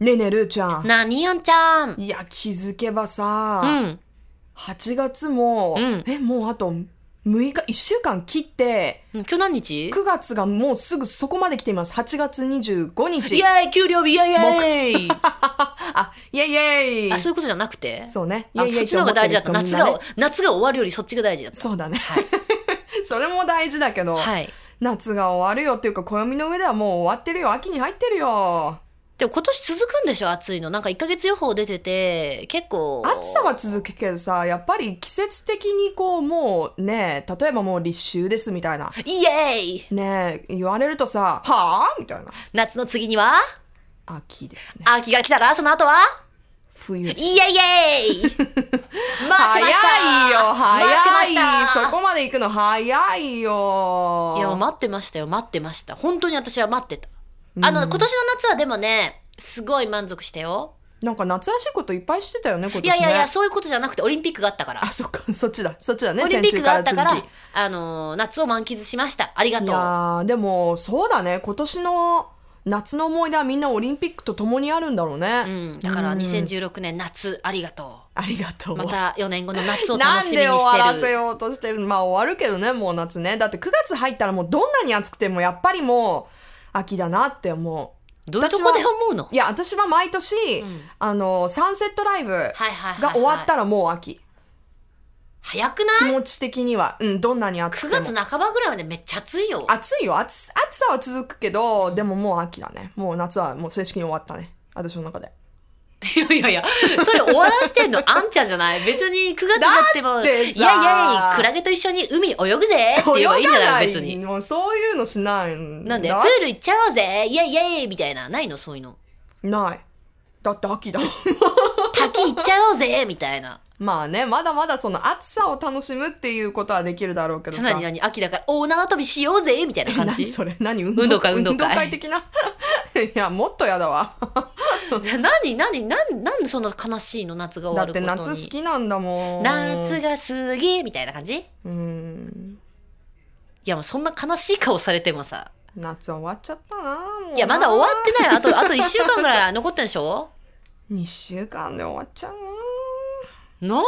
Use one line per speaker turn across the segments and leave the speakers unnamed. ねえねえるーちゃん
なにあんちゃん
いや気づけば
う
さ、
ん
8月も、
うん
えもうあと6日1週間切って
今日何日
9月がもうすぐそこまで来ています8月25日
イエーイ給料日イエーイイエーイ
あイエイイエイ
あそういうことじゃなくて
そうねイエイイ
あ
エイ
そっちの方が大事だった
と思て
夏
る人みんな
が
ね
夏が終わるよりそっちが大事だった
そうだね、 それも大事だけど、
はい
夏が終わるよっていうか暦の上ではもう終わってるよ秋に入ってるよ
でも今年続くんでしょ暑いのなんか1ヶ月予報出てて結構
暑さは続くけどさやっぱり季節的にこうもうね例えばもう立秋ですみたいな
イエーイ
ねえ言われるとさ「はあ?」みたいな
夏の次には
秋ですね
秋が来たらその後は
冬です
イエイイエイ待ってました
早いよ
待ってま
早い
した
そこまで行くの早いよ
いや、待ってましたよ、待ってました。本当に私は待ってた。あの、
うん
今年の夏はでもね、すごい満足したよ。
なんか夏らしいこといっぱいしてたよね今年ね
いやいやいや、そういうことじゃなくて、オリンピックがあったから
あ。そっかそっちだそっちだね
オリンピックがあったから、
先週
あのー、夏を満喫しました。ありが
続きい
と
や
う。
ーでもそうだね今年の夏の思い出はみんなオリンピックと共にあるんだろうね、
うん、だから
うん
2016年夏、ありがと
ありがと
う。
う
また4年後の夏を
な
楽
ん
しみに
で終わらせ
してる。
ようとしてるまあ終わるけどねもう夏ねだって9月入ったらもうどんなに暑くてもやっぱりもう秋だなって思
どういうとこで思うの
ういや私は毎年、
うん
あのサンセットライブ
はいはいはいはい。
が終わったらもう秋、
早くない
気持ち的にはうんどんなに暑
?9
くても
月半ばぐらいまでめっちゃ暑いよ。
暑いよ暑暑さは続くけどでももう秋だねもう夏はもう正式に終わったね私の中で
いやいやいや、それ終わらしてんのあんちゃんじゃ ない別に9月になっても、
だって
い
さ
やいやいや、クラゲと一緒に海泳ぐぜって言えばいいんじゃないの別
泳が
に。
もうそういうのしない
なんで、プ
だ
ール行っちゃおうぜイエイイエイみたいな、ないのそうい うの。
ないだって秋だもん
滝行っちゃおうぜみたいな。
まあねまだまだその暑さを楽しむっていうことはできるだろうけど
さ
さ
らに何秋だから、大縄跳びしようぜみたいな感 じ
何
じ
それ何運
運動会運動会
的な いやもっとやだわ
ゃあ何、何、何、なんでそんな悲しいの夏
だ
が終
っ
わ
て
るこ
夏
と
好
に。
きなんだもん
夏がすげえみたいな感じい
うん
やもうそんな悲しい顔されてもさ。
夏終わっちゃったなもうい
いやまだ終わってないよ。あと、あと1週間ぐらい残ってんでしょ
2週間で終わっちゃうな
何が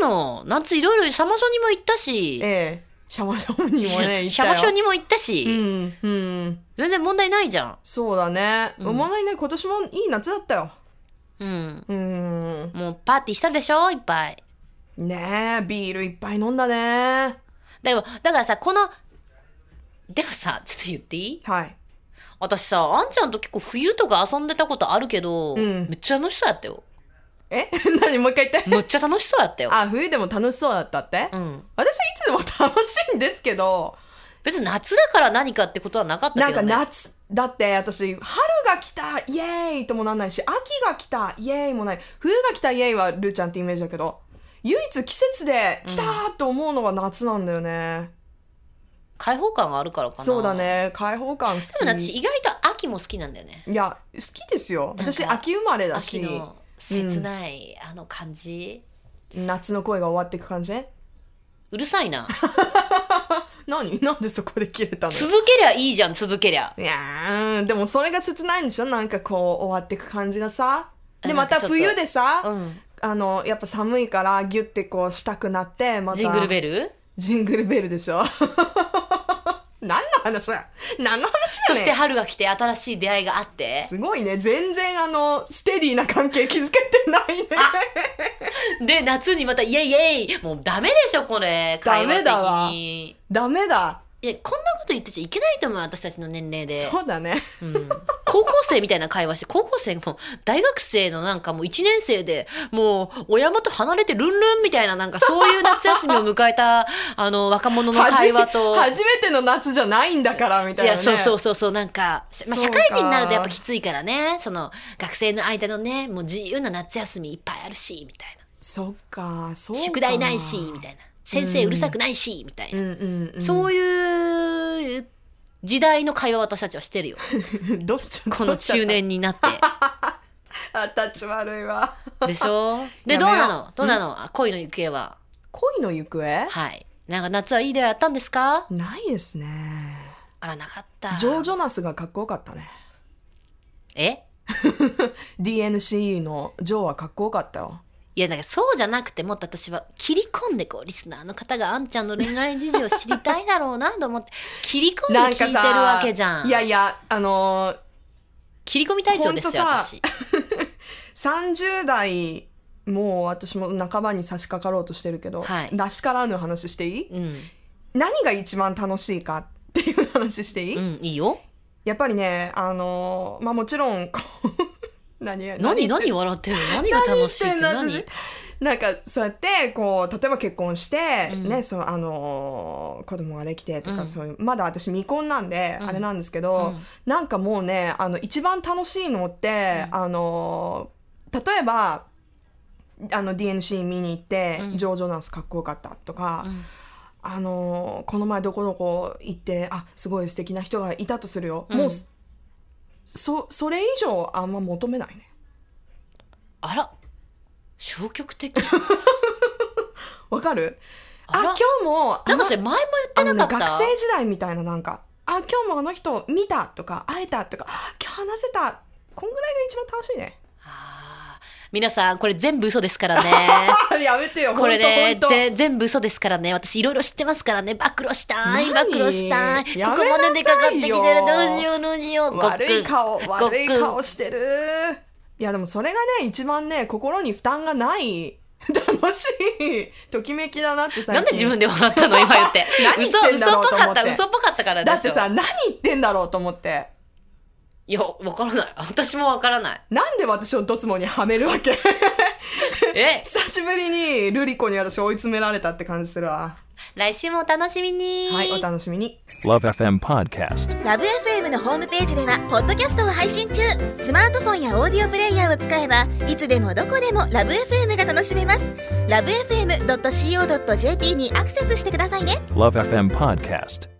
嫌なの夏いろいろサマソにも行ったし、
ええシャマションにも ね行っ
シ
た
ャ
よ
マソにも行ったし、
うんうん
全然問題ないじゃ
そうだね
うん
思わないね今年もいい夏だったよ
ん。うん。
うん
もうパーティーしたでしょいっぱい。
ねえビールいっぱい飲んだね
だけど、だからさ、この、でもさ、ちょっと言っていい
はい
私さ、あんちゃんと結構冬とか遊んでたことあるけど、
うん
めっちゃ楽しそうやったよ。
え 何もう一回言って
めっちゃ楽しそう やったよ。
あ冬でも楽しそうだったって、
うん。
私はいつでも楽しいんですけど
別に夏だから何かってことはなかった
な
け
んか
どね。
夏だって私春が来たイエーイともなんないし秋が来たイエーイもない冬が来たイエーイはルーちゃんってイメージだけど唯一季節で来たーと思うのが夏なんだよね、
開放感があるからかな。
そうだ。ね開放感好き
でも私意外と秋も好きなんだよね。
いや好きですよ
なんか
私秋生まれだ
秋
し
の切ない、あの感じ。
夏の声が終わっていく感じね
うるさいな。
何なんでそこで切れたの
続けりゃいいじゃん、続けりゃ。
いやーでもそれが切ないんでしょなんかこう終わっていく感じがさで
な
ま
んか
た
ちょっと
冬でさ、
うん。
あのやっぱ寒いからギュッてこうしたくなってまた
ジングルベル
ジングルベルでしょ 何の話だよ何の話だ
そ
ね
して春が来て新しい出会いがあって、
すごいね全然あのステディな関係築けてないね
で、夏にまたイエイイエイもうダメでしょ、これ。
ダ
会
メ
話
だわ
的に。
ダメだ
いや、こんなこと言ってちゃいけないと思う、私たちの年齢で。
そうだね
うん高校生みたいな会話して、高校生も、大学生のなんかもう1年生で、もう、親元離れてルンルンみたいな、なんかそういう夏休みを迎えた、あの、若者の会話と。
初め初めての夏じゃないんだからみたいないね
やそうそうそうそうなんか、しまあ、
そう
社
か
会人になるとやっぱきついからねその学生の間のねもう自由な夏休みいっぱいあるしみたい
そっかそう
な
か
宿題ないしみたいな先生うるさくないしみたいな、
うんうん、うん、
そういう時代の会話を私たちはしてるよ
どうしちゃ
この中
年
年になって
あたち悪いわ
でし ょで
やめ
どう
よう
なのどうなのあ恋の行方は
恋の行方
はいなんか夏はいい出会いあったんですか
ないですね
あらなかった
ジョー・ジョナスがかっこよかったね
え
DNCE のジョーはかっこよかったよ
いやだからそうじゃなくてもっと私は切り込んでこうリスナーの方があんちゃんの恋愛事情を知りたいだろうなと思って切り込んで聞いてるわけじゃん
いやいやあのー
切り込み隊長ですよ
ほんとさ
私
30代もう私も半ばに差し掛かろうとしてるけど、
はい
らしからぬ話していい
うん
何が一番楽しいかっていう話していい、
うんいいよ
やっぱりねあのーまあもちろんこう 何
何
言って
何笑ってるの何が楽しいって
何
何
言ってんだなんかそうやってこう例えば結婚して、
うん
ねそうあのー子供ができてとか、
うん
そういうまだ私未婚なんで、
うん
あれなんですけど、
うん
なんかもうねあの一番楽しいのって、
う
あのー例えばあの DNC 見に行って、
うん
ジョージ・ョナスかっこよかったとか、
うん
あのーこの前どこどこ行ってあすごい素敵な人がいたとするよ、
うん
もうそそそれ以上あんま求めないね
あら消極的
わかるあ
あら
今日も
なんか
あの
それ前も
あ
言
の
って
ね
なか
学
った
生時代みたいななんかあ今日もあの人見たとか会えたとかあ今日話せたこんぐらいが一番楽しいね
あー皆さんこれ全部嘘ですからね
やめてよ
これね
ほんとほんと
ぜ全部嘘ですからね私いろいろ知ってますからね暴露したい暴
何
露したいこ
やめなさ
こ
いよ
まで出かかってきてるどうしようどうしようごっ
悪い
くん
顔
っくん
悪い顔してるいやでもそれがね一番ね心に負担がない 楽しいときめきだなって最近
なんで自分で笑ったの今言って
何言
嘘
ってんだ
嘘
ろ
っ
うと
ぽ
思
か
っ
ってた嘘っぽかったからで
だ
しょ
ってさ何言ってんだろうと思って
いやわからない私もわからない
なんで私をドツモにはめる わけ
え
久しぶりにルリコに私追い詰められたって感じするわ
来週もお楽しみに
はいお楽しみに
Love FM Podcast.
ラブ f m のホームページではポッドキャストを配信中スマートフォンやオーディオプレイヤーを使えばいつでもどこでもラブ f m が楽しめますラブ FM.co.jp にアクセスしてくださいね
Love FM Podcast.